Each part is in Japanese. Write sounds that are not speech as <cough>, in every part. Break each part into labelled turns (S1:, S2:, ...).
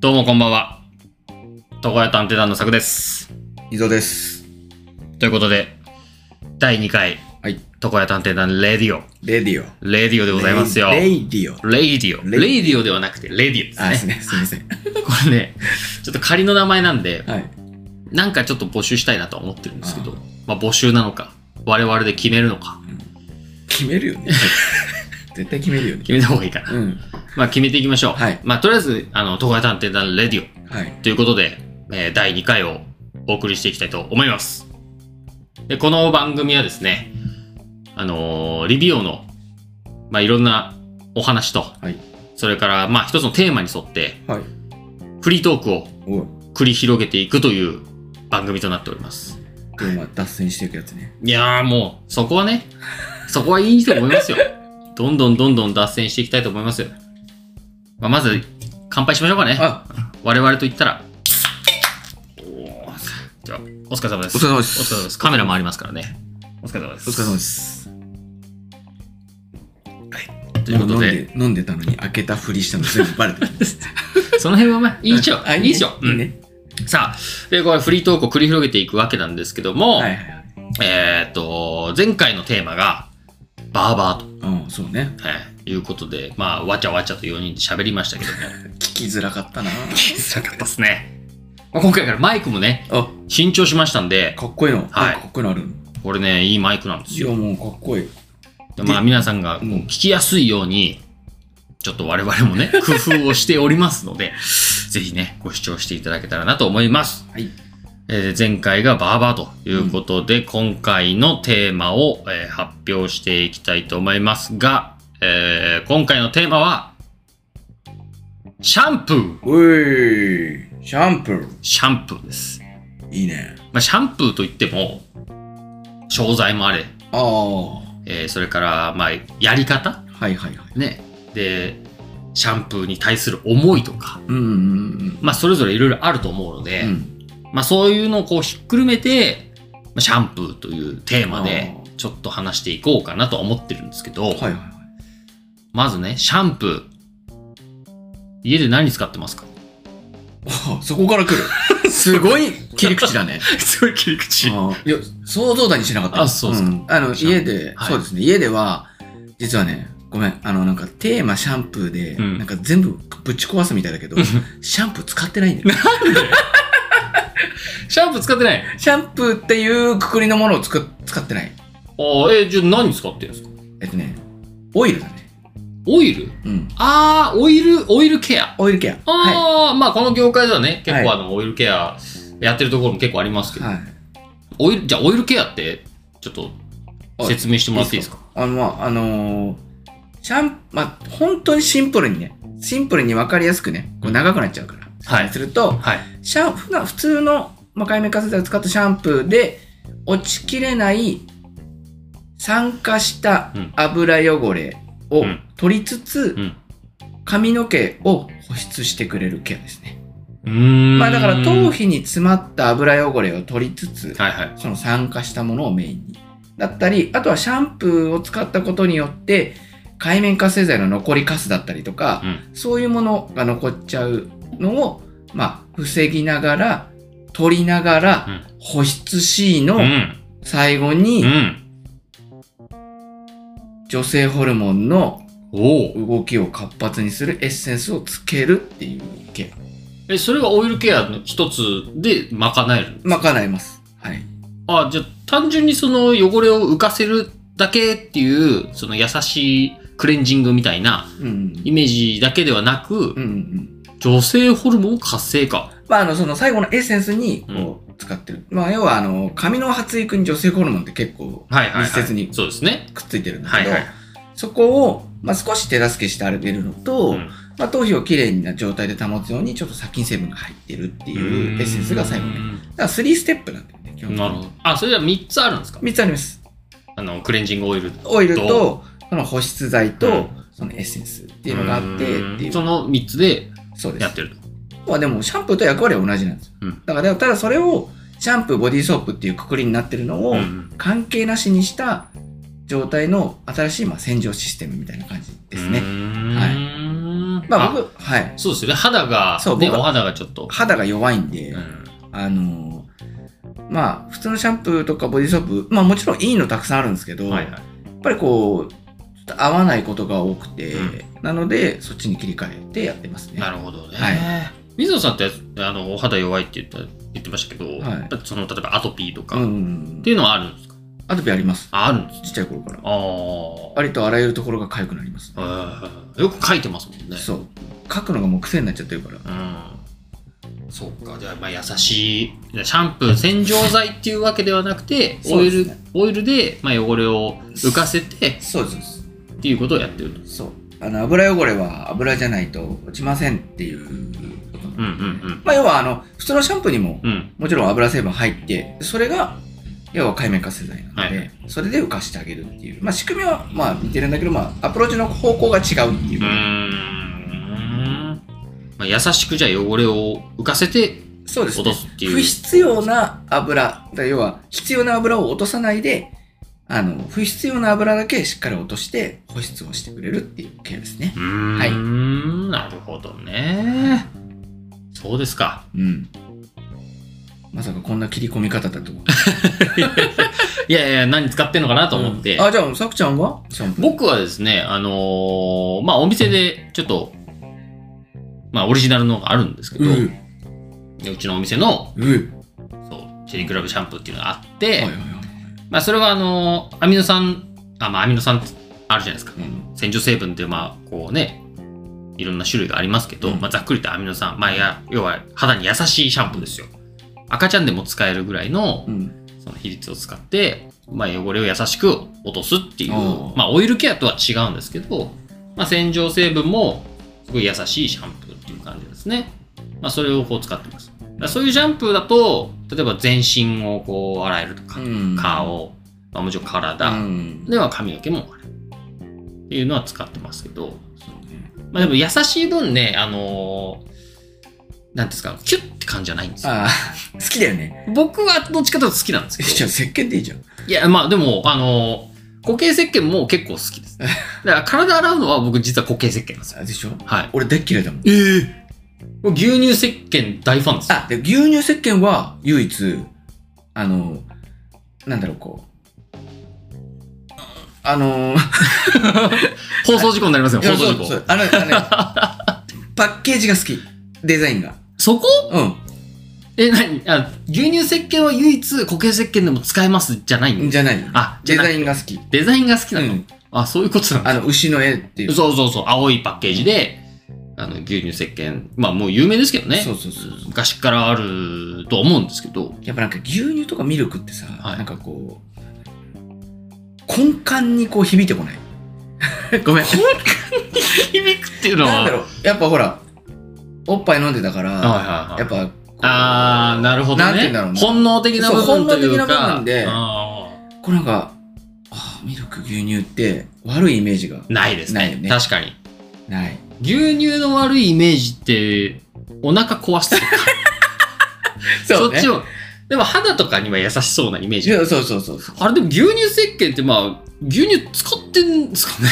S1: どうもこんばんは。床屋探偵団の作です。
S2: 伊蔵です。
S1: ということで、第2回、
S2: はい。
S1: 床屋探偵団レディオ。
S2: レディオ。
S1: レディオでございますよ。
S2: レ
S1: レ
S2: イディオ。
S1: ディオ。レデ
S2: レ
S1: ィオではなくて、レディオで
S2: あ、ですす
S1: ね。
S2: ね。すみません。
S1: これね、ちょっと仮の名前なんで、
S2: はい。
S1: なんかちょっと募集したいなとは思ってるんですけど
S2: あ、
S1: まあ募集なのか、我々で決めるのか、
S2: 決める
S1: <laughs>
S2: よね。絶対決めるよね。
S1: 決めた方がいいかな。
S2: うん。
S1: まあ決めていきましょう。
S2: はい
S1: まあとりあえず、あの、床屋探偵団レディ
S2: はい。
S1: オということで、えー第2回をお送りしていきたいと思います。で、この番組はですね、あのーリビオの、まあいろんなお話と、
S2: はい。
S1: それから、まあ、一つのテーマに沿って、
S2: はい。
S1: フリートークを
S2: おう。
S1: 繰り広げていくという番組となっております。
S2: でもまあ脱線していくやつね。
S1: いやー、もう、そこはね、そこはいいと思いますよ。どんどんどんどん脱線していきたいと思いますよ。まあ、まず、乾杯しましょうかね。
S2: あ、
S1: 我々と言ったら。おーじゃあ、お疲れ様です。
S2: お疲れ様です
S1: お疲れ様です。カメラもありますからね。お疲れ様です。
S2: お疲れ様です。
S1: ということ
S2: も
S1: で、
S2: 飲んで、飲んでたのに開けたふりしたの全部バレてる。
S1: その辺はま <laughs> あ、いいでしょう。
S2: あ
S1: いいでしょう。
S2: いい
S1: うん
S2: ね。
S1: さあ、で、これフリートークを繰り広げていくわけなんですけども、
S2: はいはいはい。
S1: えーっと、前回のテーマが、バーバーと、
S2: うん、そうね。
S1: はい、いうことで、まあ、わちゃわちゃと4人で喋りましたけ <laughs> ども。
S2: 聞きづらかったな。
S1: 辛かったですね。まあ、今回からマイクもね、
S2: あ、
S1: 新調しましたんで、
S2: かっこいいの。
S1: はい
S2: なんかかっこいいのあるの。
S1: これね、いいマイクなんです
S2: い
S1: よ。
S2: や、もうかっこいい。
S1: でまあ、皆さんがこう
S2: うん
S1: 聞きやすいように、ちょっと我々もね、 <laughs> 工夫をしておりますので、ぜひね、ご視聴していただけたらなと思います。
S2: はい。
S1: えー前回がバーバーということで、今回のテーマを、えー発表していきたいと思いますが、えー今回のテーマは、シャンプー
S2: おい。シャンプー。
S1: シャンプーです。
S2: いいね。
S1: まあ、シャンプーといっても、商材もあれ、
S2: ああ。は
S1: えーそれから、まあ、やり方
S2: いはいはい。
S1: ね。で、シャンプーに対する思いとか、
S2: うんうんうん
S1: まあ、それぞれいろいろあると思うので、
S2: うん。
S1: まあ、そういうのをこうひっくるめて、まあシャンプーというテーマで
S2: あー
S1: ちょっと話していこうかなとは思ってるんですけど、
S2: はいはいはい。
S1: まずね、シャンプー。家で何使ってます
S2: <laughs>
S1: か
S2: あそこから来る。 <laughs> すごい切り口だね。
S1: すごい切り口
S2: <laughs> あいや、想像だにしなかったよ。
S1: あそうですか
S2: んあの、
S1: シャン
S2: 家で、
S1: はい
S2: そうですね、家では、実はね、ごめん、あの、なんかテーマシャンプーで、
S1: うん
S2: なんか全部ぶち壊すみたいだけど、シャンプー使ってないんだよ。
S1: シャンプー使ってない
S2: <laughs> シャンプーっていうくくりのものをつく使ってない。
S1: ああ、えじゃあ何使ってるんですか
S2: えっとね、オイルだね。
S1: オイル
S2: うん。
S1: ああ、オイル、オイルケア。
S2: オイルケア。
S1: あ
S2: は
S1: あ、まあこの業界ではね、結構
S2: は
S1: あの、オイルケアやってるところも結構ありますけ
S2: い。
S1: ど、
S2: はい。
S1: オイル、じゃあオイルケアって、ちょっと
S2: はい
S1: 説明してもらっていいですか
S2: あの、まあ、あのーシャン、まあ、本当にシンプルにね、シンプルに分かりやすくね、こう長くなっちゃうから。
S1: はい
S2: すると、
S1: はい。
S2: シャン普段普通の、まあ、界面活性を使ったシャンプーで落ちきれない酸化した
S1: うん
S2: 油汚れを
S1: うん
S2: 取りつつ、
S1: うん
S2: 髪の毛を保湿してくれるケアですね。
S1: うーん
S2: まあだから頭皮に詰まった油汚れを取りつつ、
S1: はいはい。
S2: その酸化したものをメインに。だったり、あとはシャンプーを使ったことによって、界面活性剤の残りカスだったりとか、
S1: うん
S2: そういうものが残っちゃうのを、まあ、防ぎながら、取りながら、
S1: うん
S2: 保湿 C の
S1: うん。
S2: 最後
S1: う
S2: に、
S1: ん。
S2: 女性ホルモンの
S1: おお。
S2: 動きを活発にするエッセンスをつけるっていうケア。
S1: え、それがオイルケアの一つで賄える
S2: まあ、叶えます。はい。
S1: あ、じゃあ単純にその汚れを浮かせるだけっていう、その優しいクレンジングみたいな
S2: うん
S1: イメージだけではなく
S2: うん。う、んうん。
S1: 女性ホルモンを活性化。
S2: まあ、あの、その最後のエッセンスに、こう、使ってる。まあ、要は、あの、髪の発育に女性ホルモンって結構、
S1: はいはい、はい。
S2: 密接に
S1: そうですね。
S2: くっついてるんだ
S1: は
S2: け
S1: い
S2: ど、
S1: はい。
S2: そこを、まあ、少し手助けしてあげるのと、
S1: うん
S2: まあ、頭皮をきれいな状態で保つようにちょっと殺菌成分が入ってるっていうエッセンスが最後ね。だから3ステップなんだよね、基
S1: う
S2: 本
S1: ん
S2: 的に
S1: なるほど。あ、それじゃあ3つあるんですか
S2: 3つあります。
S1: あの、クレンジングオイルっ
S2: オイル
S1: ど
S2: と、その保湿剤と、
S1: うん
S2: そのエッセンスっていうのがあって、っていう。
S1: その3つで
S2: そうで
S1: や
S2: す
S1: っ。てると。
S2: まあでも、シャンプーと役割は同じなんですよ。
S1: うん
S2: だから、ただそれを、シャンプー、ボディーソープっていうくくりになってるのを、
S1: うん
S2: 関係なしにした状態の新しい、まあ、洗浄システムみたいな感じですね。
S1: うーんん。
S2: まあ僕、はい。
S1: そうですよね。肌が、
S2: そう
S1: ね、
S2: 僕は
S1: お肌がちょっと。
S2: 肌が弱いんで、
S1: うん。
S2: あのーまあ、普通のシャンプーとかボディーソープ、まあもちろんいいのたくさんあるんですけど、
S1: はい
S2: や
S1: はい。
S2: っぱりこう、ちょっと合わないことが多くて、
S1: う
S2: なので、そっちに切り替えてやってますね。
S1: なるほどね。
S2: はい
S1: 水野さんってあのお肌弱いって言った言ってましたけど、
S2: はい
S1: やっぱその例えばアトピーとか、
S2: う
S1: っ
S2: ん
S1: て。いうのはあるんですか
S2: アトピーあります。
S1: ああるんですね。
S2: ちっちゃい頃から。
S1: あー
S2: 割とあらゆるところが痒くなります、
S1: え
S2: ね。
S1: ーよく書いてますもんね。う。
S2: そう。書くのがもう癖になっちゃってるから。
S1: ん。そうか。じゃあ、まあ、優しい。シャンプー、洗浄剤っていうわけではなくて、
S2: そ
S1: オ
S2: う
S1: イ
S2: です
S1: ル、
S2: ね
S1: オイルで、まあ、汚れを浮かせて、
S2: そうですそうです。
S1: っていうことをやってると。
S2: そう。あの、油汚れは油じゃないと落ちませんっていうことなんで
S1: うんうん
S2: まあ、要は、あの、普通のシャンプーにも
S1: うん。うん。
S2: もちろん油成分入って、それが、要は海面活性剤なので、
S1: はい
S2: それで浮かしてあげるっていう。まあ、仕組みは、まあ、似てるんだけど、まあ、アプローチの方向が違うっていう
S1: ー
S2: う。
S1: ん。まあ、優しくじゃあ汚れを浮かせて
S2: そうです
S1: 落と。
S2: ね
S1: すっていう。
S2: 不必要な油、だから要は、必要な油を落とさないで、あの、不必要な油だけしっかり落として、保湿をしてくれるっていう系ですね。
S1: うーん、
S2: はい
S1: なるほどね。そうですか。
S2: うん。まさかこんな切り込み方だと思って
S1: いやいや、何使ってんのかなと思って。
S2: あ、じゃあ、さくちゃんはシャンプー。
S1: 僕はですね、あのーまあ、お店でちょっと、まあ、オリジナルのがあるんですけど、
S2: う
S1: でうちのお店の、
S2: うう
S1: そう、チェリークラブシャンプーっていうのがあって、
S2: はいはいはい。
S1: まあ、それはあのーアミノ酸、あ、まあ、アミノ酸あるじゃないですか。
S2: うん
S1: 洗浄成分って、まあ、こうね、いろんな種類がありますけど、
S2: うん
S1: まあ、ざっくりとアミノ酸、まあ、や要は肌に優しいシャンプーですよ。赤ちゃんでも使えるぐらいの
S2: うん。
S1: その比率を使って、まあ、汚れを優しく落とすっていう
S2: おう
S1: まあ、オイルケアとは違うんですけど、まあ、洗浄成分もすごい優しいシャンプーっていう感じですね、まあ、それをこう使ってますだからそういうシャンプーだと例えば全身をこう洗えるとか、
S2: うん
S1: 顔、まあ、もちろん体、
S2: うん。
S1: では髪の毛も洗うっていうのは使ってますけど、
S2: そうね
S1: まあ、でも優しい分ねあのーなんていうんですかキュッって感じじゃないんですよ
S2: ああ、好きだよね。
S1: 僕はどっちかというと好きなんです
S2: え
S1: けど
S2: じゃあ、石鹸 <laughs> でいいじゃん。
S1: いや、まあでも、あの固形石鹸も結構好きです。だから体洗うのは僕実は固形石鹸なんですよ。
S2: あでしょ
S1: はい。
S2: 俺、大っ嫌いだもん。
S1: ええ牛乳石鹸大ファンですよ。
S2: あ、で、牛乳石鹸は、唯一、あの、なんだろう、こう。
S1: <laughs>
S2: あのー、
S1: 放送事故になりますよ、
S2: いや
S1: 放送事
S2: そ
S1: 故。
S2: う
S1: そ
S2: そうあの、あのパッケージが好き。デザインが。
S1: こ
S2: う
S1: え、なにあ、牛乳石鹸は唯一固形石鹸でも使えますじゃないん
S2: ん。
S1: で。
S2: じゃない。
S1: あ、じ
S2: デ
S1: ゃな
S2: ザ
S1: い
S2: インが好き。
S1: デザインが好き
S2: う
S1: なの、
S2: ん。
S1: あ、そういうことなんだ
S2: あの、牛の絵っていう。
S1: そうそうそう、青いパッケージで、あの、牛乳石鹸。まあもう有名ですけどね。
S2: そうそうそうそう
S1: 昔からあると思うんですけど。
S2: やっぱなんか牛乳とかミルクってさ、
S1: はい
S2: なんかこう根幹にこう響いてこない
S1: <laughs>
S2: ごめん
S1: 響くっていうのは。
S2: なんだろうやっぱほらおっぱい飲んでたから、
S1: はいはいはい。
S2: やっぱこう
S1: あー、なるほど
S2: なんて言
S1: ね
S2: うんだろう。な
S1: 本能的な部分というか。
S2: そう本能的な部分で
S1: あ
S2: こうなんかあーミルク牛乳って悪いイメージが
S1: ーないですね。
S2: ないよね
S1: 確かに。
S2: ない
S1: 牛乳の悪いイメージって、お腹壊すとか。そっち
S2: を
S1: を。でも肌とかには優しそうなイメージ。
S2: そうそうそうそうそう
S1: あれでも牛乳石鹸ってまあ、牛乳使ってんですかね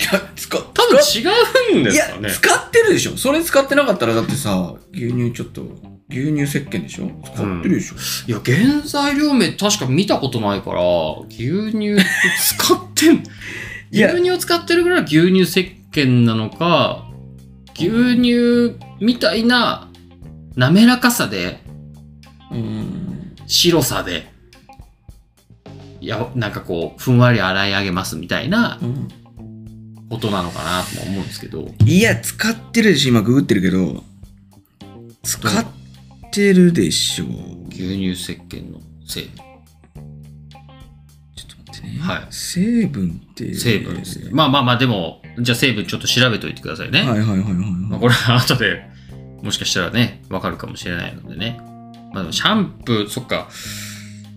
S2: いや使っ
S1: 多分違うんで
S2: い
S1: す
S2: や
S1: かね
S2: 使ってるでしょそれ使ってなかったらだってさ牛乳ちょっと牛乳石鹸でしょ使ってるでしょ、
S1: いや、原材料名確か見たことないから、牛乳って使ってん、
S2: <laughs> いや
S1: 牛乳を使ってるぐらい牛乳石鹸なのか、牛乳みたいな滑らかさで、
S2: うん
S1: 白さで、いや、なんかこう、ふんわり洗い上げますみたいな
S2: うん
S1: ことなのかなとも思うんですけど。
S2: いや、使ってるでしょ、今ググってるけど。使ってるでしょ。ちょ
S1: 牛乳石鹸の成分。
S2: っと待ってね。
S1: はい
S2: 成分って。
S1: 成分ですね。まあまあまあ、でも、じゃあ成分ちょっと調べといてくださいね。
S2: はいはいはいはい
S1: まあ、
S2: は
S1: これは <laughs> 後でもしかしたらね、わかるかもしれないのでね。まあ、でもシャンプー、そっか。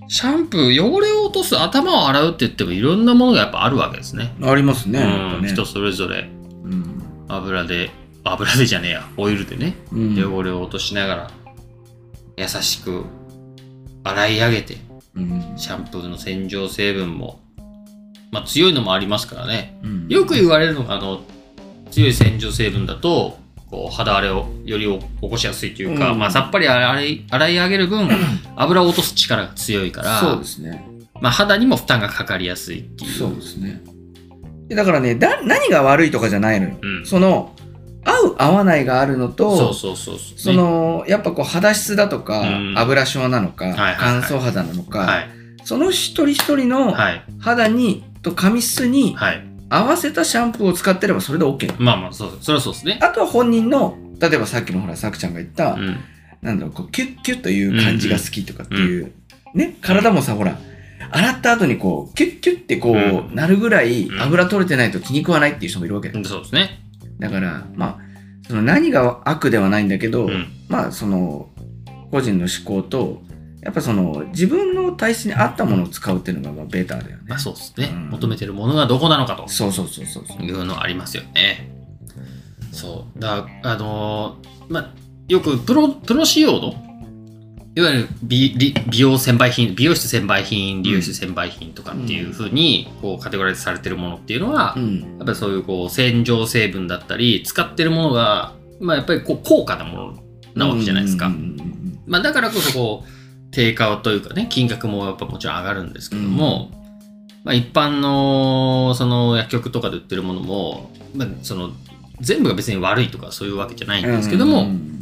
S1: シャンプー、汚れを落とす、頭を洗うって言ってもいろんなものがやっぱあるわけですね。
S2: い。ありますね。やっぱ
S1: うん、
S2: ね
S1: 人それぞれ
S2: うん
S1: 油で、油でじゃねえや、オイルでね、
S2: うん
S1: 汚れを落としながら、優しく洗い上げて、
S2: うん
S1: シャンプーの洗浄成分も、まあ強いのもありますからね。
S2: うん
S1: よく言われるのが、あの、強い洗浄成分だと、こう肌荒れをより起こしやすいというか、
S2: うん
S1: まあさっぱり洗い洗い上げる
S2: <clears throat>
S1: 分、油を落とす力が強いから、
S2: そうですね。
S1: まあ肌にも負担がかかりやすいっていう。
S2: そうですね。でだからねだ、何が悪いとかじゃないのよ。
S1: うん。
S2: その、合う合わないがあるのと、
S1: そうそうそうそう。
S2: その、やっぱこう肌質だとか、
S1: うん
S2: 油症なのか、
S1: いはいはい
S2: 乾燥肌なのか、
S1: はい。
S2: その一人一人の
S1: はい。
S2: 肌に、と髪質に
S1: はい。
S2: 合わせたシャンプーを使ってればそれで OK なの。
S1: まあまあ、そう、それはそうですね。
S2: あとは本人の、例えばさっきのほら、さくちゃんが言った、
S1: うん。
S2: なんだろう、こうキュッキュッという感じが好きとかっていう、ね、体もさ、ほら、洗った後にこう、キュッキュッってこう、
S1: うん
S2: なるぐらい
S1: うん
S2: 油取れてないと気に食わないっていう人もいるわけだ,、
S1: うんそうですね。
S2: だから、まあ、その何が悪ではないんだけど、
S1: うん。
S2: まあ、その、個人の思考と、やっぱその、自分の体質に合ったものを使うっていうのがまあベーターだよね。
S1: まあそうですね。
S2: うん
S1: 求めてるものがどこなのかと。
S2: そうそうそうそうそう。
S1: いうのありますよね。そう。だあのーまあ、よくプロ、プロ仕様の、いわゆる美美美容専売品、美容室専売品、理容室専売品とかっていうふうに、こう、カテゴライズされてるものっていうのは、
S2: うん。
S1: やっぱりそういう、こう、洗浄成分だったり、使ってるものが、まあ、やっぱりこう、高価なものなわけじゃないですか。
S2: うんうんうん
S1: まあ、だからこそこう低価というかね金額もやっぱもちろん上がるんですけども、まあ、一般のその薬局とかで売ってるものも、まあ、その全部が別に悪いとかそういうわけじゃないん
S2: うん
S1: ですけども、
S2: うんうん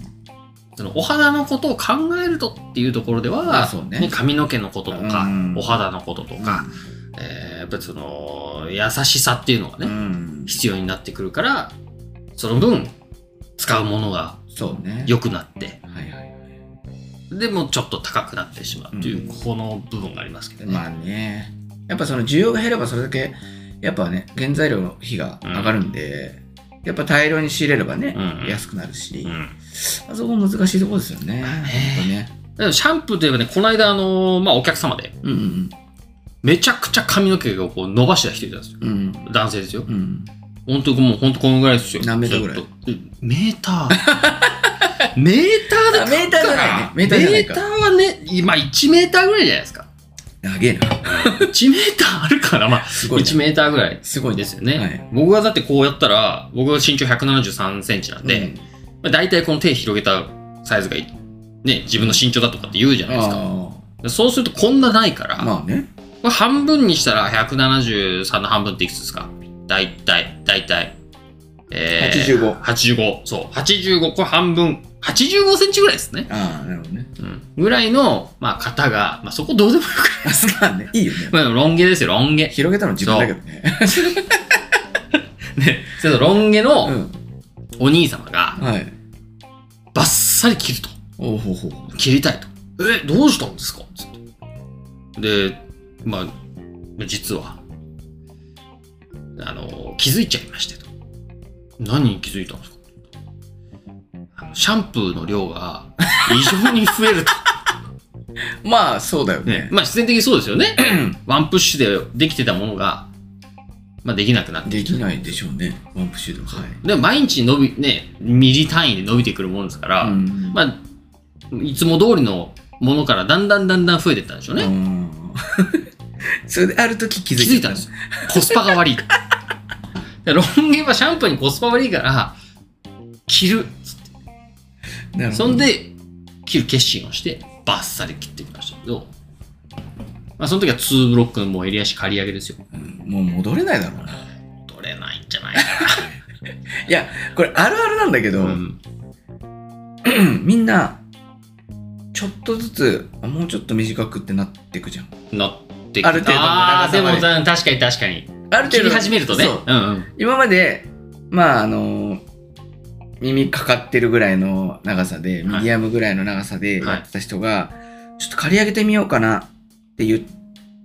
S1: そのお肌のことを考えるとっていうところで
S2: あ
S1: は、
S2: そうね
S1: ね髪の毛のこととか、
S2: うん
S1: お肌のこととか、えーやっぱりその優しさっていうのが
S2: う
S1: ね、
S2: ん、
S1: 必要になってくるからその分使うものが
S2: そうね。
S1: 良くなって
S2: はいはい。
S1: でもちょっと高くなってしまうという、この部分がありますけどね。
S2: まあね、やっぱその需要が減ればそれだけ、やっぱね、原材料の費が上がるんで、やっぱ大量に仕入れればね、
S1: うん
S2: 安くなるし、
S1: うん、
S2: あそこ難しいところですよね。
S1: まあね
S2: ほんとね。
S1: でもシャンプーといえばね、この間、あのまあ、お客様で、
S2: うんうん
S1: めちゃくちゃ髪の毛をこう伸ばしてた人いたんですよ。
S2: うん。うん
S1: 男性ですよ。
S2: うん。
S1: 本当もう本当このぐらいですよ。
S2: 何メーターぐらい
S1: ずっとうんメー
S2: <laughs>
S1: ター。メーターで
S2: あメーターじゃないねメーターじゃないか
S1: メーターはね、今1メーターぐらいじゃないですか。
S2: 長えな。
S1: 1メーターあるから、まあ、
S2: すごい、ね。
S1: 1メーターぐらい
S2: すごいね
S1: ですよね。
S2: はい
S1: 僕がだってこうやったら、僕が身長173センチなんで、
S2: うん
S1: まあ、大体この手広げたサイズがいい、ね、自分の身長だとかって言うじゃないですか。
S2: あ
S1: でそうするとこんなないから、
S2: あ。まあね。
S1: これ半分にしたら173の半分っていくつですか大体、大体。え
S2: 85
S1: 85。そう。85、これ半分。85センチぐらいですね。
S2: ああ、なるほどね。
S1: うん。ぐらいの、まあ、型が、まあ、そこどうでもよく
S2: あそうなんね。いいよね。
S1: <laughs> まあ、ロン毛ですよ、ロン毛。
S2: 広げたの自分だけどね。
S1: ね。そのロン毛
S2: う
S1: の
S2: ん。
S1: お兄様が、
S2: はい。
S1: バッサリ切ると。
S2: おうほうほう。
S1: 切りたいと。え、どうしたんですかつって。で、まあ、実は、あの、気づいちゃいましてと。何に気づいたんですかあのシャンプーの量が異常に増えると。
S2: まあ、そうだよ
S1: ね
S2: <laughs> ね。、
S1: まあ、必然的にそうですよ
S2: <clears throat>
S1: ね。ワンプッシュでできてたものが、まあ、できなくなって。
S2: できないでしょうね。ワンプッシュでも。はい。
S1: でも、毎日伸び、ね、ミリ単位で伸びてくるものですから、
S2: うん
S1: まあ、いつも通りのものからだんだんだんだん増えてったんでしょうね。
S2: うん。 <laughs> それである時気づ
S1: 気
S2: い
S1: づいたんですよ。コスパが <laughs> 悪い。でロン毛はシャンプーにコスパ悪いから、着る。
S2: なるほ
S1: そ
S2: ど
S1: んで、着る決心をして、バッサリ切ってきましたけど、まあ、その時は2ブロックのもう襟足刈り上げですよ。
S2: うんもう戻れないだろうな。
S1: 取れないんじゃないか
S2: いや、これあるあるなんだけど、
S1: な。うん。
S2: みんな、ちょっとずつ、あもうちょっと短くってなってくじゃん。
S1: 乗ってき
S2: ある程度の
S1: あーで
S2: 長さま
S1: もう
S2: で
S1: ん確かに確かに。
S2: ある
S1: 切り始めるとね。
S2: そう
S1: うんうん。
S2: 今まで、まあ、あのー耳かかってるぐらいの長さで、ミ
S1: はい
S2: ディアムぐらいの長さで
S1: はい
S2: やってた人が、ちょっと刈り上げてみようかなって言っ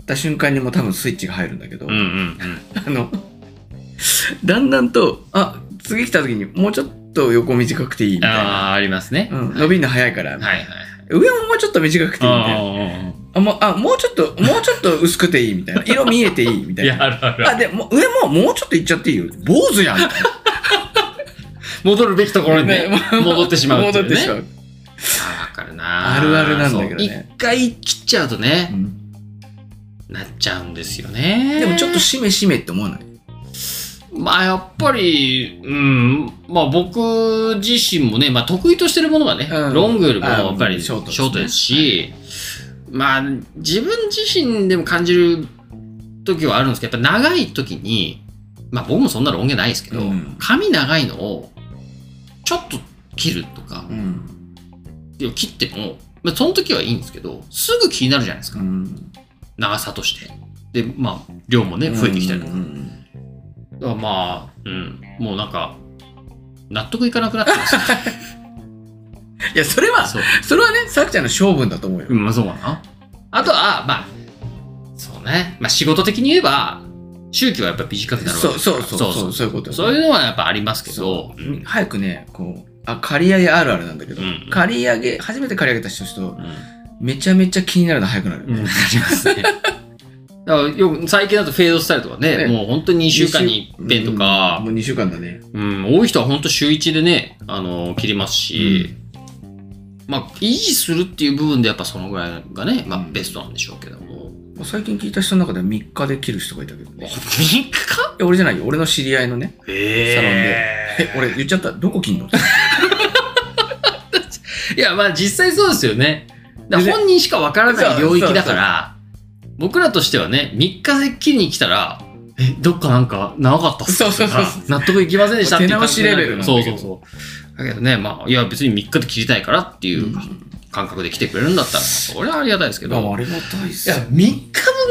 S2: た瞬間にもう多分スイッチが入るんだけど、
S1: うんうんうん。
S2: <laughs> あの、だんだんと、あ、次来た時にもうちょっと横短くていいみたいな。
S1: ああー、ありますね。
S2: うん、伸びるの早いから、
S1: はいはい。
S2: 上ももうちょっと短くていいみたいな。
S1: あ
S2: あもうあもうちょっと、もうちょっと薄くていいみたいな。色見えていいみ
S1: ー
S2: た
S1: い
S2: いな。
S1: や、あるあるあ
S2: あ、
S1: る。
S2: でも、上ももうちょっといっちゃっていいよ。坊主やんみたい
S1: 戻るべきところ
S2: な
S1: にね、戻ってしまうっていうね。
S2: 戻ってしまう。
S1: あーわかるな
S2: あるあるなんだけどね
S1: そう一回切っちゃうとね
S2: うん
S1: なっちゃうんですよね
S2: でもちょっとしめしめって思わない。
S1: まあやっぱり、うん、まあ僕自身もね、まあ得意としてるものがね、
S2: うん
S1: ロングよりも
S2: あ
S1: やっぱ
S2: う
S1: り
S2: ん
S1: シ
S2: シ
S1: ョー
S2: ョー
S1: ト
S2: ト
S1: で,、
S2: ですすね
S1: し、まあ自分自身でも感じる時はあるんですけど、やっぱ長い時に、まあ僕もそんなロン毛ないですけど、
S2: うん
S1: 髪長いのをちょっと切るとか
S2: う、ん。
S1: でも切っても、まあその時はいいんですけど、すぐ気になるじゃないです
S2: う
S1: か、
S2: ん。
S1: 長さとして。で、まあ量もね、増えてきたりとか
S2: うんうん
S1: あまあ、うん、もうなんか、納得いかなくなってます
S2: <laughs>
S1: ね。
S2: いや、それは、
S1: そう。
S2: それはね、さっきちゃんの性分だと思うよ
S1: う。ん、まあそうかな。あとは、まあ、そうね。まあ仕事的に言えば、周期はやっぱ短くなるわけ
S2: そうそう
S1: そ
S2: そうう
S1: そう
S2: そう、そういうこと。
S1: そういうのはやっぱありますけど
S2: そ、
S1: う。
S2: うん早くね、こう、あ、借り上げあるあるなんだけど、
S1: うん
S2: 借り上げ、初めて借り上げた人と、
S1: う
S2: めちゃめちゃ気になるの早くなるよ
S1: ん。
S2: ね。
S1: なります
S2: <laughs>
S1: ね。だからよく最近だとフェードしたりとかね、
S2: ね
S1: もう本当に2週間に一遍とか
S2: うん、もう2週間だね。
S1: うん、多い人は本当週1でね、あの切りますし、まあ維持するっていう部分でやっぱそのぐらいがね、ま
S2: う
S1: あ
S2: ん
S1: ベストなんでしょうけども。
S2: もう最近聞いた人の中では3日で切る人がいたけどね。い
S1: <laughs> 3日
S2: や、俺じゃないよ。俺の知り合いのね。
S1: え
S2: え、俺言っちゃった。どこ切
S1: <laughs>
S2: んのって
S1: いや、まあ実際そうですよね。だから
S2: でね
S1: 本人しかわからない領域だ
S2: そ
S1: か
S2: うそう
S1: ら、僕らとしてはね、3日で切りに来たら、え、どっかなんか長かったっす
S2: <laughs> そうそうそう
S1: とか納得いきませんでしたっていう
S2: 手直しレベルなんだけ
S1: そう
S2: ど
S1: そうそう。だけどね、まあ、いや別に3日で切りたいからっていうか感覚で来てくれるんだったら、まあそれはありがたいですけ
S2: ま
S1: ど、
S2: あ、ありがたいっ
S1: い
S2: す
S1: や、
S2: よ。
S1: 3日分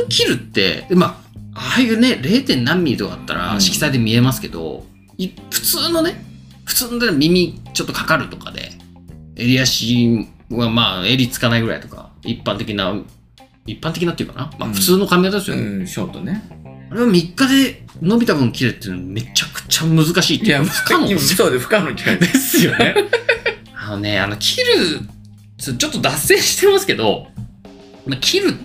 S1: 切るって、でまあ、ああいうね、0. 何ミリとかだった
S2: う
S1: ら、
S2: ん
S1: 色彩で見えますけど、い普通のね、普通の耳ちょっとかかるとかで、襟足はまあ、襟つかないぐらいとか、一般的な、一般的なっていうかな、まあ、
S2: うん
S1: 普通の髪型ですよね。
S2: うん、ショートね。
S1: あれは3日で伸びた分切るっていうのめちゃくちゃ難しいって
S2: い
S1: いう
S2: や、
S1: か不可能ですよ
S2: そうで、不可能に近い。
S1: ですよね。あのね、あの、切る、ちょちょっと脱線してますけど、まあ切る、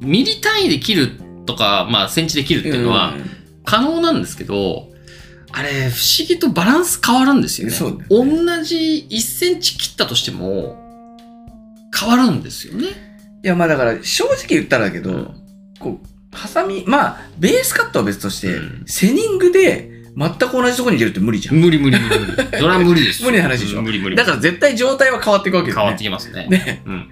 S1: ミリ単位で切るとか、まあ、センチで切るっていうのは
S2: う
S1: 可能なんですけど、あれ、不思議とバランス変わるんですよね。
S2: そうだよ
S1: 同じ1センチ切ったとしても、変わるんですよね。
S2: んいや、まあだから、正直言ったらだけど、
S1: うん
S2: こう、ハサミ、まあ、ベースカットは別として、
S1: うん
S2: セニングで全く同じところに入れるって無理じゃん。
S1: 無理無理無理無理。 <laughs> それは無理ですよ。
S2: 無理な話でしょ
S1: 無理無理。
S2: だから絶対状態は変わっていくわけ
S1: 変
S2: よ、ね。
S1: わってきますね。
S2: ね。
S1: うん。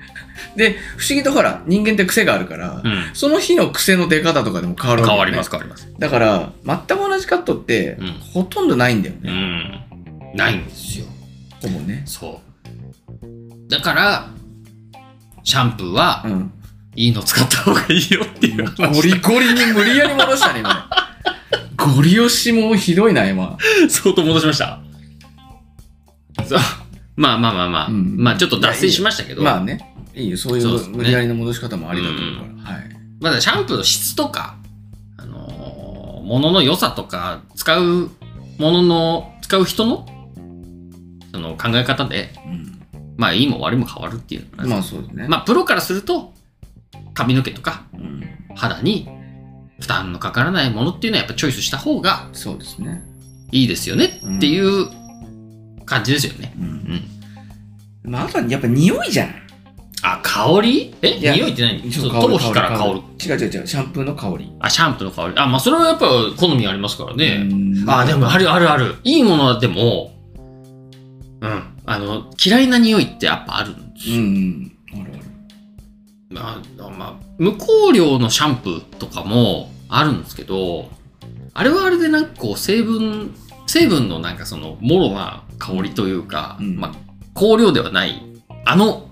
S2: で、不思議とほら、人間って癖があるから、
S1: うん。
S2: その日の癖の出方とかでも変わるわけ
S1: 変
S2: よ
S1: わ
S2: ね
S1: ります、変わります。
S2: だから、全く同じカットって、
S1: うん
S2: ほとんどないんだよ
S1: う
S2: ね。
S1: ん。ないんですよ。
S2: ほぼね。
S1: そう。だから、シャンプーは
S2: う、ん。
S1: いいの使った方がいいよっていう
S2: ゴ
S1: 話。
S2: リゴリに無理やり戻したね、今。ゴリ押しもひどいな、今。
S1: 相当戻しました。そう。まあまあまあまあ、
S2: うん
S1: まあちょっと脱線しましたけど、
S2: まあね。いいよ、そうい
S1: そうです
S2: う
S1: ね
S2: 無理やりの戻し方もありだと思うから。はい。
S1: まだシャンプーの質とか、あのーものの良さとか、使うものの、使う人の、その考え方で、
S2: うん
S1: まあいいも悪いも変わるっていうのが。
S2: まあそうだね。
S1: まあプロからすると、髪の毛とか
S2: うん
S1: 肌に負担のかからないものっていうのはやっぱチョイスした方が
S2: そうですね。
S1: いいですよねっていう感じですよね。
S2: う。
S1: うんん。
S2: まああとはやっぱ匂いじゃない
S1: あ、香りえ
S2: いや
S1: 匂いって何
S2: そう
S1: 頭皮から香る。
S2: 違う違う違う、シャンプーの香り。
S1: あ、シャンプーの香り。あ、まあそれはやっぱ好みありますからね。
S2: うん
S1: あ、でもあるあるある。いいものはでも、うん。あの、嫌いな匂いってやっぱあるんです
S2: う
S1: よ。
S2: ん。あるある。
S1: まあ、まあ、無香料のシャンプーとかもあるんですけど、あれはあれでなんかこう成分、成分のなんかその、もろな香りというか、
S2: うん
S1: まあ、香料ではない、あの、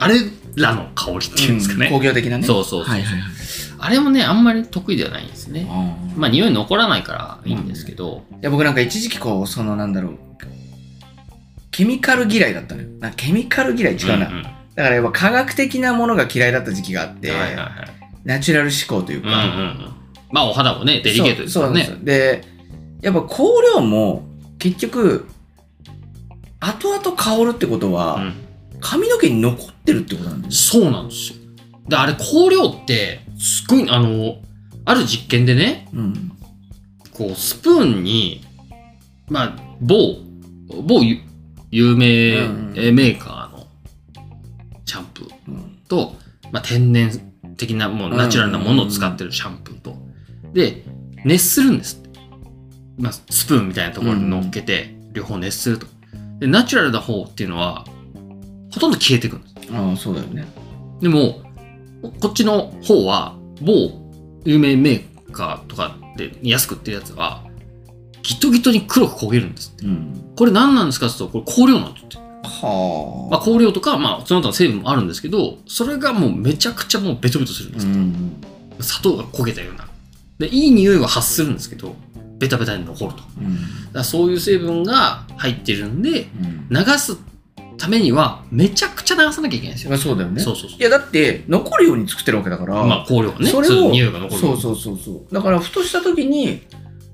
S1: あれらの香りっていうんですか
S2: 工
S1: ね。
S2: 業的なね。
S1: そうそうそう
S2: はいはいはい。
S1: あれもね、あんまり得意ではないんですね。
S2: あー
S1: まあ、匂い残らないからいいんですけど、
S2: いや僕なんか一時期こうそのなんだろうケミカル嫌いだったのよなケミカル嫌い違うな、
S1: んん
S2: だからやっぱ科学的なものが嫌いだった時期があって、
S1: はいはいはい。
S2: ナチュラル思考という
S1: う
S2: か、
S1: んうんうん。まあ、お肌もね、デリケートですからね。
S2: そうそうなんですよでやっぱ香料も結局後々香るってことは、
S1: うん
S2: 髪の毛に残ってるってことなんです
S1: そうなんですよ。で、あれ、香料って、すごい、あの、ある実験でね、
S2: よ、うん、
S1: こう、スプーンに、まあ、某、某ゆ有名
S2: うんうん
S1: えメーカーのシャンプー
S2: うん
S1: と、まあ、天然的な、もう
S2: うん
S1: ナチュラルなものを使ってるシャンプーと、で、熱するんですって。まあ、スプーンみたいなところに乗っけて、両方熱すると。で、ナチュラルな方っていうのは、ほとんど消えてくるんです。
S2: ああ、そうだよね。
S1: でも、こっちの方は、某有名メーカーとかで安く売ってるやつは、ギトギトに黒く焦げるんですって。
S2: うん。
S1: これ何なんですかって言うと、これ香料なんですって。
S2: はあ。
S1: まあ、香料とか、まあ、その他の成分もあるんですけど、それがもうめちゃくちゃもうベトベトするんです
S2: う。ん。
S1: 砂糖が焦げたような。で、いい匂いは発するんですけど、ベタベタに残ると。だか
S2: うん。
S1: らそういう成分が入ってるんで、
S2: うん。
S1: 流すためには、めちゃくちゃ流さなきゃいけないんですよ。
S2: まあ、そうだよね。
S1: そうそうそう
S2: い。や、だって、残るように作ってるわけだから。
S1: まあ、香料がね、
S2: それ
S1: ういう
S2: を
S1: 匂いが残る。
S2: そうそうそうそうだからふとした時にい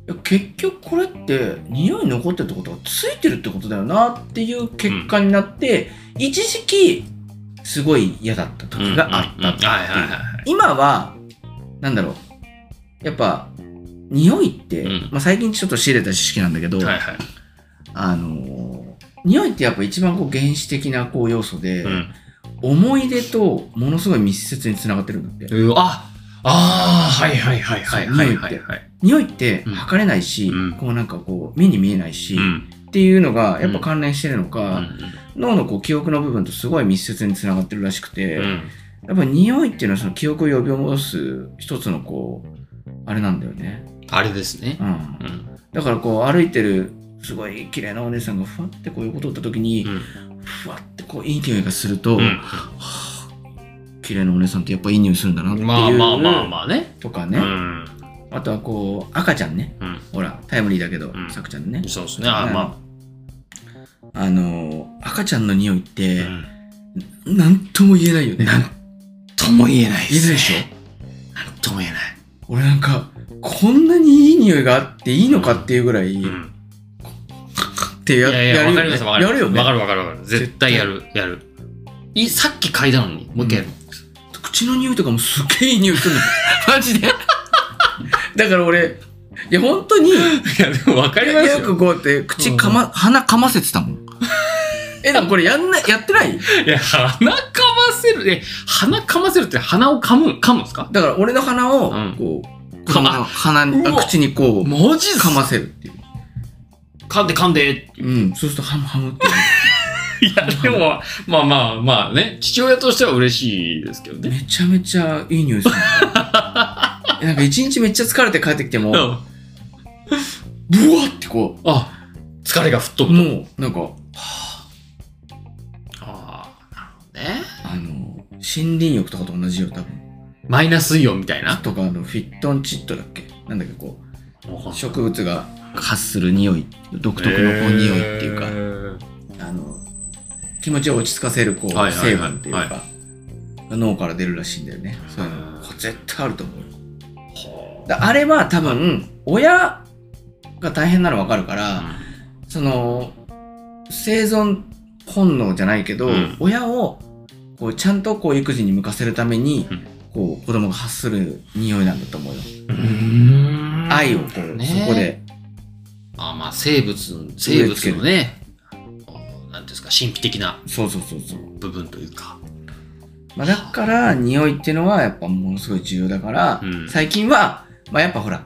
S2: や結局これって匂い残ってるってことはついてるってことだよなっていう結果になって、一時期すごい嫌だった
S1: うん
S2: 時があっ
S1: うんうん
S2: た、
S1: はいはいはい。
S2: 今はなんだろうやっぱ匂いって、
S1: うん
S2: まあ、最近ちょっと仕入れた知識なんだけど、
S1: はいはい。
S2: あのー匂いってやっぱ一番こう原始的なこう要素で、
S1: うん。
S2: 思い出とものすごい密接につながってるんだって、
S1: うわああーはいはいはいはいはいはいはい。
S2: 匂いって
S1: うん
S2: 測れないし、
S1: うん
S2: こうなんかこう目に見えないし、
S1: うん。
S2: っていうのがやっぱ関連してるの
S1: う
S2: か、
S1: ん
S2: 脳のこう記憶の部分とすごい密接につながってるらしくて、
S1: うん。
S2: やっぱ匂いっていうのはその記憶を呼び戻す一つのこうあれなんだよね、
S1: あれですね
S2: う。ん
S1: う、ん。
S2: だからこう歩いてるすごい綺麗なお姉さんがふわってこう横通った時に
S1: う、ん。
S2: ふわってこういい匂いがすると、
S1: うん
S2: 綺麗なお姉さんってやっぱいい匂いするんだなっていう、
S1: まあまあまあまあね。
S2: とか
S1: う
S2: ね、
S1: ん。
S2: あとはこう赤ちゃんね
S1: うん。
S2: ほらタイムリーだけど、
S1: うん
S2: さくちゃんね
S1: そうですね。あまあ。
S2: あの赤ちゃんの匂いっ
S1: う
S2: て、
S1: ん
S2: なんとも言えないよね。
S1: なんとも言えない
S2: 言えないでしょ
S1: なんとも言えない。
S2: 俺なんか、こんなにいい匂いがあっていいのかっていうぐらい、っ
S1: うん
S2: てや
S1: いやいや、
S2: や
S1: わ
S2: る
S1: か
S2: よ
S1: り
S2: ね。
S1: ますわかり
S2: や
S1: ます。
S2: るよね。
S1: わかるわかるわかる。絶対やる、やる。いさっき嗅いだのに、もう一回やる。
S2: 口の匂いとかもすっげえいい匂い
S1: <laughs>
S2: するの。マジで。だから俺、いや本当に、
S1: いや、でもわか
S2: よくこうやって口かま、鼻かませてたも
S1: <laughs>
S2: ん。え、でもこれやんな、やってない
S1: いや、鼻かませる。え、鼻かませるって鼻を噛む、噛むんですか
S2: だから俺の鼻を
S1: うん、
S2: こう、
S1: かま
S2: 鼻に、
S1: う
S2: あ
S1: わ
S2: 口にこう、
S1: マジっす
S2: かませるっていう。
S1: 噛んで噛んで。
S2: うん、そうするとハムハムって。
S1: いや、でも、まあまあまあね、父親としては嬉しいですけどね。
S2: めちゃめちゃいい匂いす <laughs> る。なんか一日めっちゃ疲れて帰ってきても、
S1: う
S2: ブワ
S1: ん。
S2: ってこ
S1: あ、疲れが吹っ
S2: う、
S1: 飛ぶ。
S2: もうなんか、
S1: ああ、なるほどね。
S2: あの、森林浴とかと同じよ、多分。
S1: マイナスイオンみたいな。
S2: とかあの、フィットンチッドだっけなんだっけ、こう、
S1: 独
S2: 植物が発する匂い、独特のこう匂いっていうか、あの、気持ちを落ち着かせるこう、
S1: はいはいはい
S2: 成分っていうか、脳から出るらしいんだよね。そういうの。これ絶対あると思うよ。だあれは多分、親が大変なの分かるから、その生存本能じゃないけど、
S1: うん
S2: 親をこうちゃんとこう育児に向かせるために、
S1: うん
S2: こう子供が発する匂いなんだと思うよ、
S1: うん
S2: 愛をこう、
S1: ね
S2: そこで
S1: あまあ生物生物のね何ですか神秘的な
S2: そうそうそうそう、
S1: 部分というか
S2: まあ、だから匂いっていうのはやっぱものすごい重要だから、
S1: うん
S2: 最近は、まあ、やっぱほら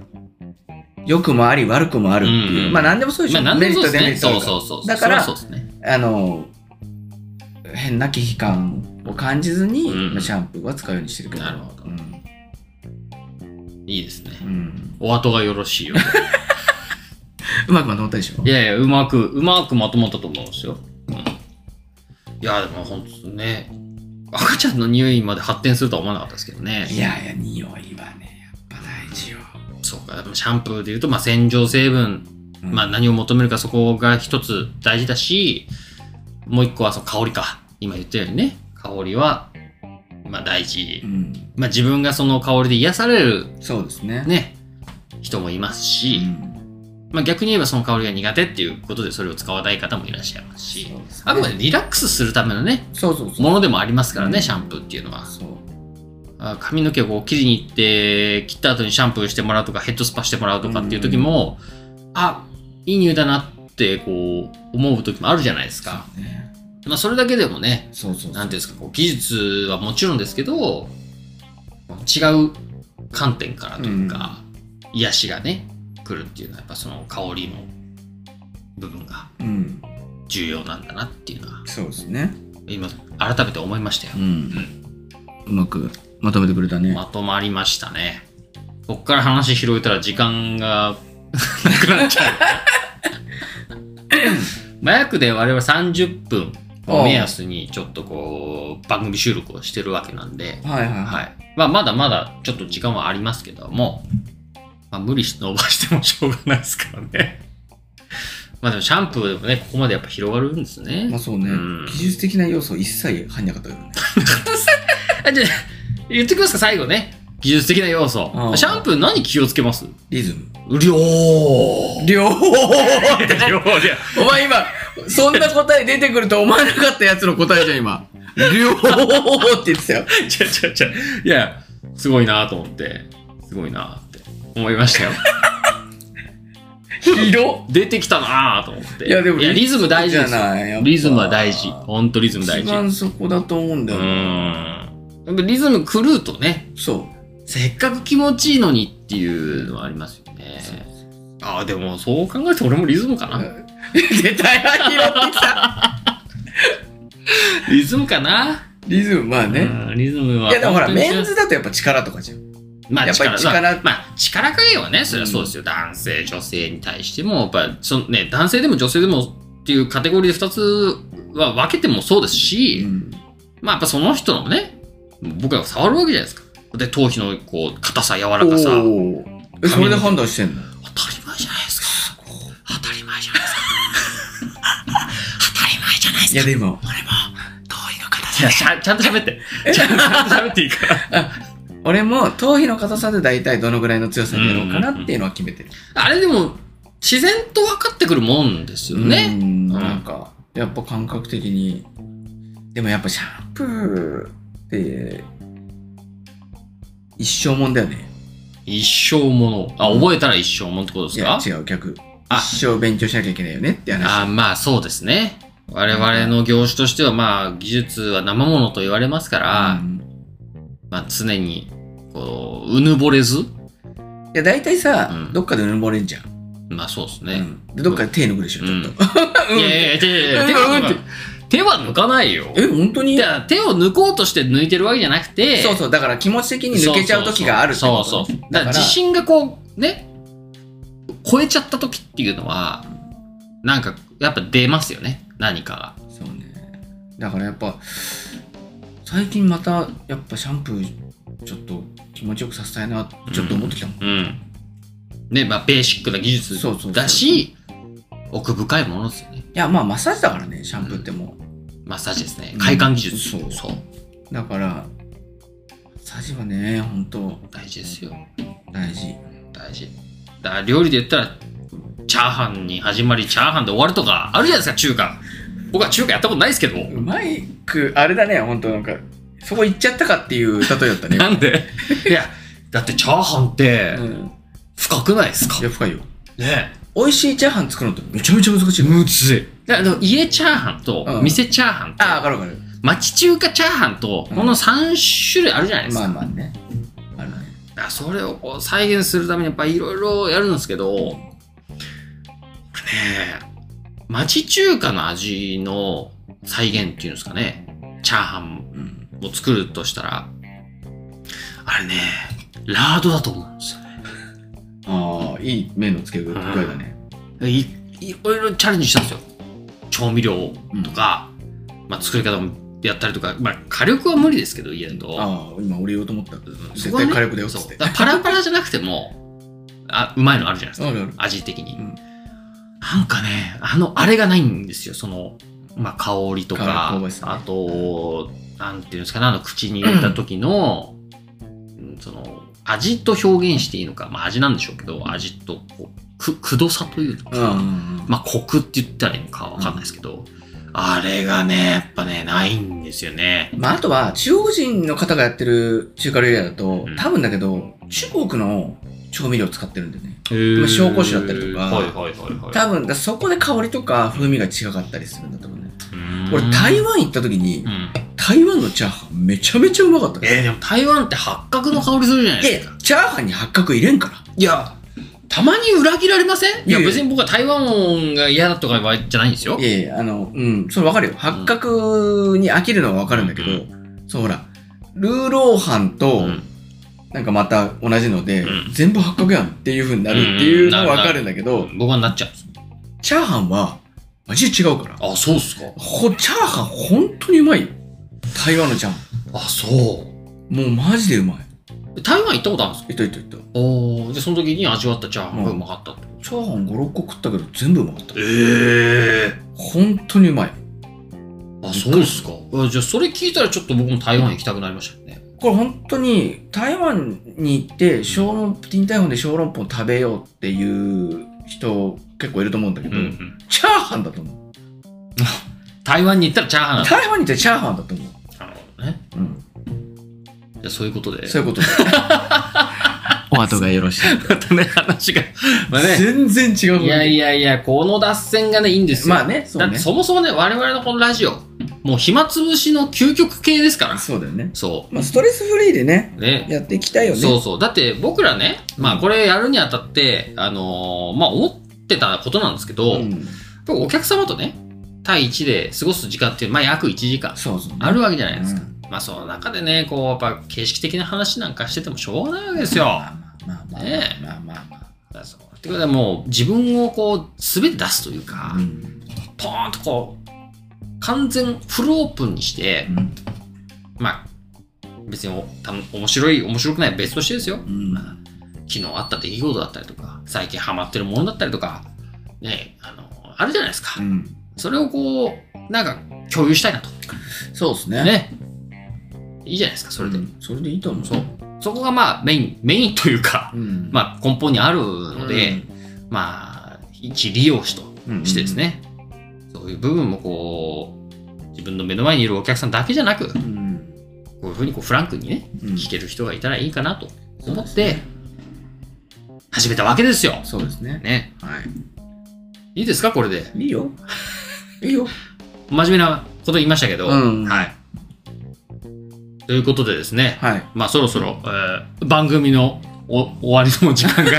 S2: 良くもあり悪くもあるっていう、
S1: うん
S2: まあ何でもそうでしょ、
S1: まあ何
S2: メ
S1: で
S2: リ
S1: もそ
S2: ッ
S1: う
S2: ト
S1: で
S2: デ
S1: す
S2: メ
S1: ね
S2: リットあ
S1: そ
S2: る
S1: う
S2: から
S1: そうそうそれはそうです
S2: だから
S1: ね
S2: あの変な忌避感を感じずに、
S1: うん
S2: まあシャンプーは使うようにしてるけど
S1: なるほど
S2: うん
S1: いいですね
S2: うん
S1: お後がよろしいよ
S2: うまくまとまったでしょ
S1: いやいやうまくうまくまとまったと思うんですよ、うんいやでも本当ね赤ちゃんの匂いまで発展するとは思わなかったですけどね
S2: いやいや、匂いはね、やっぱ大事よ。
S1: そうかシャンプーでいうと、まあ、洗浄成分
S2: うん
S1: まあ、何を求めるかそこが一つ大事だし、もう一個はその香りか。今言ったようにね、香りは、まあ大事
S2: う。ん、
S1: まあ自分がその香りで癒される
S2: そうですね。
S1: ね、人もいます
S2: う
S1: し、
S2: ん、
S1: まあ逆に言えばその香りが苦手っていうことでそれを使わない方もいらっしゃいますし、
S2: そうですね
S1: あくまでリラックスするためのね、
S2: そうそうそう。
S1: ものでもありますから
S2: う
S1: ね、
S2: ん
S1: シャンプーっていうのは。
S2: そう
S1: あ髪の毛をこう切りに行って切った後にシャンプーしてもらうとかヘッドスパしてもらうとかっていう時も、あいい匂いだなってこう思う時もあるじゃないですか、
S2: ね
S1: まあ、それだけでもね
S2: そうそうそう
S1: 何ていうんですかこう技術はもちろんですけど違う観点からというか、癒しがね来るっていうのはやっぱその香りの部分が
S2: うん。
S1: 重要なんだなっていうのは
S2: そうですね。
S1: 今改めて思いましたよ
S2: う、ん。うまくまとめてくれたね。
S1: まとまりましたねこっから話広げたら時間がなくなっちゃう <laughs> まあ約で我々30分を目安にちょっとこう番組収録をしてるわけなんで、
S2: はいはいは。
S1: はいいまあ、まだまだちょっと時間はありますけども、まあ、無理して伸ばしてもしょうがないですからね <laughs> まあでもシャンプーでもねここまでやっぱ広がるんですね
S2: まあそうね、
S1: うん
S2: 技術的な要素一切入んなかったけどね。
S1: あじゃあ言ってください最後ね技術的な要素
S2: うん
S1: シャンプー何気をつけます
S2: リズム。
S1: 量
S2: 両方
S1: 量じゃ
S2: お前今、そんな答え出てくると思わなかったやつの答えじゃん今。両方って言ってたよ。
S1: ちゃちゃちゃいやすごいなと思ってすごいなって思いま
S2: <laughs>
S1: したよ
S2: 広
S1: 出てきたなと思って
S2: いやでも
S1: リズム大事
S2: じ
S1: で
S2: ゃ
S1: すよ
S2: ない。やっぱ
S1: リズムは大事ほんとリズム大
S2: 一
S1: 事
S2: 番そこだと思うんだ
S1: う
S2: よな。
S1: んやっぱリズム狂うとね
S2: そう。
S1: せっかく気持ちいいのにっていうのはありますよねああでもそう考えると俺もリズムかな
S2: <laughs> 出たよ、拾ってきた。
S1: リズムかな
S2: リズム、まあね。
S1: うんリズムはい
S2: や、でもほら、
S1: 本当に
S2: メ
S1: 違う
S2: ンズだとやっぱ力とかじゃん。
S1: まあ
S2: やっぱり
S1: 力
S2: 力
S1: まあ力加減はねそれはそうですよ、男性女性に対してもやっぱそのね男性でも女性でもっていうカテゴリーで2つは分けてもそうですし、
S2: うん
S1: まあやっぱその人のね僕らが触るわけじゃないですかで頭皮のこう硬さ柔らかさ当
S2: おーえ、それで判断してんの
S1: たり前じゃないですか当たり前じゃないです <laughs> か当たり前じゃないです
S2: いや、でも、
S1: 俺も頭皮の硬さちゃちゃんと喋 <laughs> ってちゃんと喋っていいから
S2: 俺も頭皮の硬さで大体どのぐらいの強さでやろうかなっていうのは決めてる。
S1: あれでも自然と分かってくるもんですよね、
S2: うん
S1: うん
S2: なんか、やっぱ感覚的に。でもやっぱシャンプーって、一生もんだよね。
S1: 一生もの。あ、覚えたら一生ものってことで
S2: い
S1: す
S2: や
S1: か、
S2: 違う、逆。
S1: あ
S2: 一生勉強しなきゃいけないよねって話。
S1: あまあそうですね。我々の業種としては、まあ、技術は生ものと言われますから
S2: う、ん
S1: まあ常に、こう、うぬぼれず、
S2: いや、大体さ、
S1: うん
S2: どっかでうぬぼれんじゃん。
S1: まあそうです
S2: う
S1: ね。
S2: んでどっかで手抜くでしょ、ちょっと。
S1: いやいやいやいや
S2: うん
S1: 手は抜か
S2: うん
S1: 手は抜かないよ。
S2: え、本当に
S1: いや手を抜こうとして抜いてるわけじゃなくて、
S2: そうそう、だから気持ち的に抜けちゃう時があるって
S1: そ
S2: こ
S1: うそうそ
S2: と
S1: う
S2: ね
S1: だから
S2: だから
S1: 自信がこうね超えちゃった時っていうのはなんかやっぱ出ますよね何か
S2: そうね。だからやっぱ、最近また、やっぱシャンプー、ちょっと気持ちよくさせたいな、ちょっと思ってきたもん。
S1: がうんねまあベーシックな技術
S2: そうそうそう
S1: だし奥深いものですよね
S2: いや、まあマッサージだからね、シャンプーってもう。
S1: マッサージですね
S2: うん
S1: 快感技術、
S2: そう
S1: そう
S2: だから、マッサージはね、本当
S1: 大事ですよ
S2: 大事。
S1: 大事だから料理で言ったらチャーハンに始まりチャーハンで終わるとかあるじゃないですか中華僕は中華やったことないですけど
S2: うまいく、あれだね、本当なんか、そこ行っちゃったかっていう例えだったね。
S1: なんで <laughs> いやだってチャーハンって
S2: うん、
S1: 深くないですか
S2: いや、深いよ。
S1: ね
S2: 美味しいチャーハン作るのってめちゃめちゃ難しいよ。
S1: むずい。だから家チャーハンと
S2: うん
S1: 店チャーハンと
S2: ああ、わかるわかる。
S1: 町中華チャーハンと
S2: うん
S1: この3種類あるじゃないです
S2: ま
S1: か。
S2: あまあね。あるね。
S1: だからそれをこう再現するためにやっぱいろいろやるんですけど、これね、町中華の味の再現っていうんですかね、チャーハン
S2: うん。
S1: を作るとしたら、あれね、ラードだと思うんですよね。
S2: ああ、いい麺の付け具合だね。
S1: いいろいろチャレンジしたんですよ調味料とか、まあ、作り方もやったりとか、まあ、火力は無理ですけど家だと
S2: ああ、今俺言おうと思った。
S1: うん
S2: 絶
S1: そこは
S2: 対
S1: ね
S2: 火力だよっ
S1: そ
S2: つっ
S1: う
S2: て。
S1: だからパラパラじゃなくてもあうまいのあるじゃないですか
S2: あるある。
S1: 味的に、
S2: うん
S1: なんかねあのあれがないんですよその、まあ、香りとか
S2: 香り香ばしさね
S1: あとなんていうんですかねあの口に入れた時の、うんその味と表現していいのか、まあ、味なんでしょうけど味とこうくくどさというか、
S2: うん。
S1: まあ、コクって言ったらいいのかわかんないですけど、あれがね、やっぱね、ないんですよね。
S2: まあ、あとは、中国人の方がやってる中華料理屋だと
S1: うん、
S2: 多分だけど、中国の調味料を使ってるんだよね。
S1: へー
S2: まあ紹興酒だったりとか
S1: はいはいはいはい。
S2: 多分、だそこで香りとか風味が違かったりするんだと思うね。
S1: 分
S2: 俺、台湾行った時に
S1: う、ん。
S2: 台湾のチャーハンめちゃめちゃうまかったね。
S1: えー、でも台湾って八角の香りするじゃないです
S2: え
S1: か。、
S2: チャーハンに八角入れんから。
S1: いや、たまに裏切られませんいや、
S2: いえいえ
S1: 別に僕は台湾が嫌だとかはじゃないんですよ
S2: い。やいや、あの、うん、それわかるよ。八角に飽きるのはわかるんだけど、
S1: う
S2: そうほら、ルーローハンと、
S1: うん
S2: なんかまた同じので、
S1: うん
S2: 全部八角やんっていう風になるっていうのはわかるんだけど、
S1: 僕はなっちゃうんです。
S2: チャーハンは味違うから。
S1: あ、そうっすか。
S2: ほ、チャーハン本当にうまいよ。台湾のチャーハ
S1: あ、そう。
S2: ン。もうマジでうまい。
S1: 台湾行ったことあるんですか
S2: えっとえっとえっと。
S1: おーで、その時に味わったチャーハンがうまかったと。
S2: チャーハン5、6個食ったけど全部うまかった。
S1: ええ
S2: 本当にうまい。
S1: あ、そうっすか。あじゃあ、それ聞いたらちょっと僕も台湾行きたくなりましたね。
S2: これ本当に台湾に行って小籠ティンタイフォンで小籠包食べようっていう人結構いると思うんだけ
S1: うん
S2: ど、
S1: うん。
S2: チャーハンだと思う
S1: 台湾に行ったらチャーハンなんだ。
S2: 台湾に行ってチャーハンだと思う、
S1: なるほどね。
S2: うん、
S1: じゃあ、そういうことで。
S2: そ
S1: <laughs>
S2: ういうことお後がよろしい、
S1: またね、話が。 <laughs> まあね。
S2: <laughs> 全然違う
S1: いやいやいや、この脱線がね、いいんですよ。
S2: まあねそ
S1: だ
S2: う
S1: って
S2: ね
S1: そもそもね、我々のこのラジオ、もう暇つぶしの究極系ですから。
S2: そうだよね、
S1: そ
S2: まあ、ストレスフリーでね
S1: う。ね。
S2: やっていきたいよね
S1: そうそう。だって僕らね、まあこれやるにあたって、あのーまあ思ってたことなんですけど、
S2: ん、
S1: お客様とね、対1で過ごす時間っていう、まあ約1時間
S2: そうそうね、
S1: あるわけじゃないですか。
S2: うん
S1: まあその中でね、こうやっぱ形式的な話なんかしててもしょうがないわけですよ。
S2: まあまあまあ
S1: ね
S2: まあまあまあ
S1: だ
S2: ま
S1: からそうってことはもう自分をこう全て出すというか
S2: あ、うん
S1: ポーンとこう完全フルオープンにして
S2: うん
S1: まあ別におた面白い面白くないは別としてですよ
S2: うん
S1: まあ昨日あった出来事だったりとか最近ハマってるものだったりとかねあのあるじゃないですか、
S2: うん
S1: それをこうなんか共有したいなと
S2: そうですね
S1: ねいいじゃないですかそ
S2: そ
S1: れ
S2: れ
S1: で、
S2: で、それでいいと思う
S1: そうそこがまあメインメインというか <laughs>
S2: うん
S1: まあ根本にあるので、
S2: うん
S1: まあ一利用しとしてですね、そういう部分もこう自分の目の前にいるお客さんだけじゃなくこ
S2: うん
S1: ういうふうにこうフランクにね
S2: うん
S1: 聞ける人がいたらいいかなと思っ
S2: そうで
S1: て
S2: すね
S1: 始めたわけですよ。
S2: そうですね
S1: ね、
S2: はい
S1: いいですかこれで
S2: いいよいいよ
S1: 真面目なこと言いましたけど、
S2: うん
S1: はい。ということでですね、
S2: はい
S1: まあそろそろ、えー番組のお終わりの時
S2: <laughs>
S1: 間が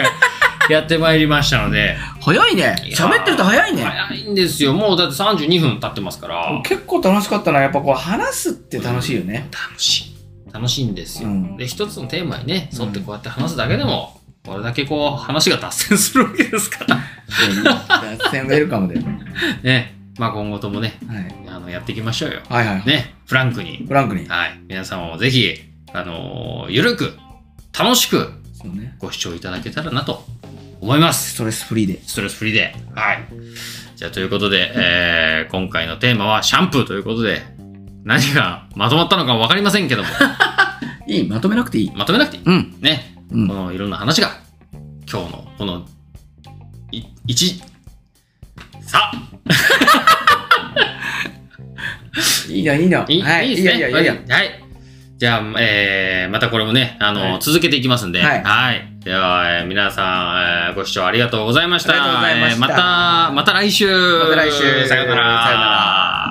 S1: やってまいりましたので
S2: 早いね
S1: いやー
S2: 喋ってると早いね
S1: 早いんですよもうだって32分経ってますから。
S2: 結構楽しかったなやっぱこう話すって楽しいよね
S1: 楽しい楽しいんですよ、
S2: うん
S1: で一つのテーマにね
S2: うん
S1: 沿ってこうやって話すだけでも、これだけこう話が脱線するわけですから
S2: <laughs> 脱線ウェルカムで、
S1: ねまあ今後ともね
S2: はい、
S1: あのやっていきましょうよ
S2: はいはいはい
S1: ねフランクに
S2: フランクに
S1: はい皆様もぜひあのーゆるく楽しく
S2: そうね
S1: ご視聴いただけたらなと思います
S2: ストレスフリーで
S1: ストレスフリーではいじゃあということで、えー今回のテーマはシャンプーということで何がまとまったのか分かりませんけ
S2: <laughs>
S1: ども
S2: いいまとめなくていい
S1: まとめなくていい
S2: うん
S1: ね
S2: うん
S1: このいろんな話が今日のこのい一さあ
S2: いいないいない
S1: い,、、
S2: はいい
S1: いですね
S2: いやいやいやい
S1: はいじゃあ、えーまたこれもね、あの、
S2: はい
S1: 続けていきますんで、
S2: はい
S1: では、えー皆さん、えーご視聴ありがとうございました。
S2: ありがとうございました
S1: えーまた、また来週。
S2: また来週
S1: さような
S2: さような
S1: ら。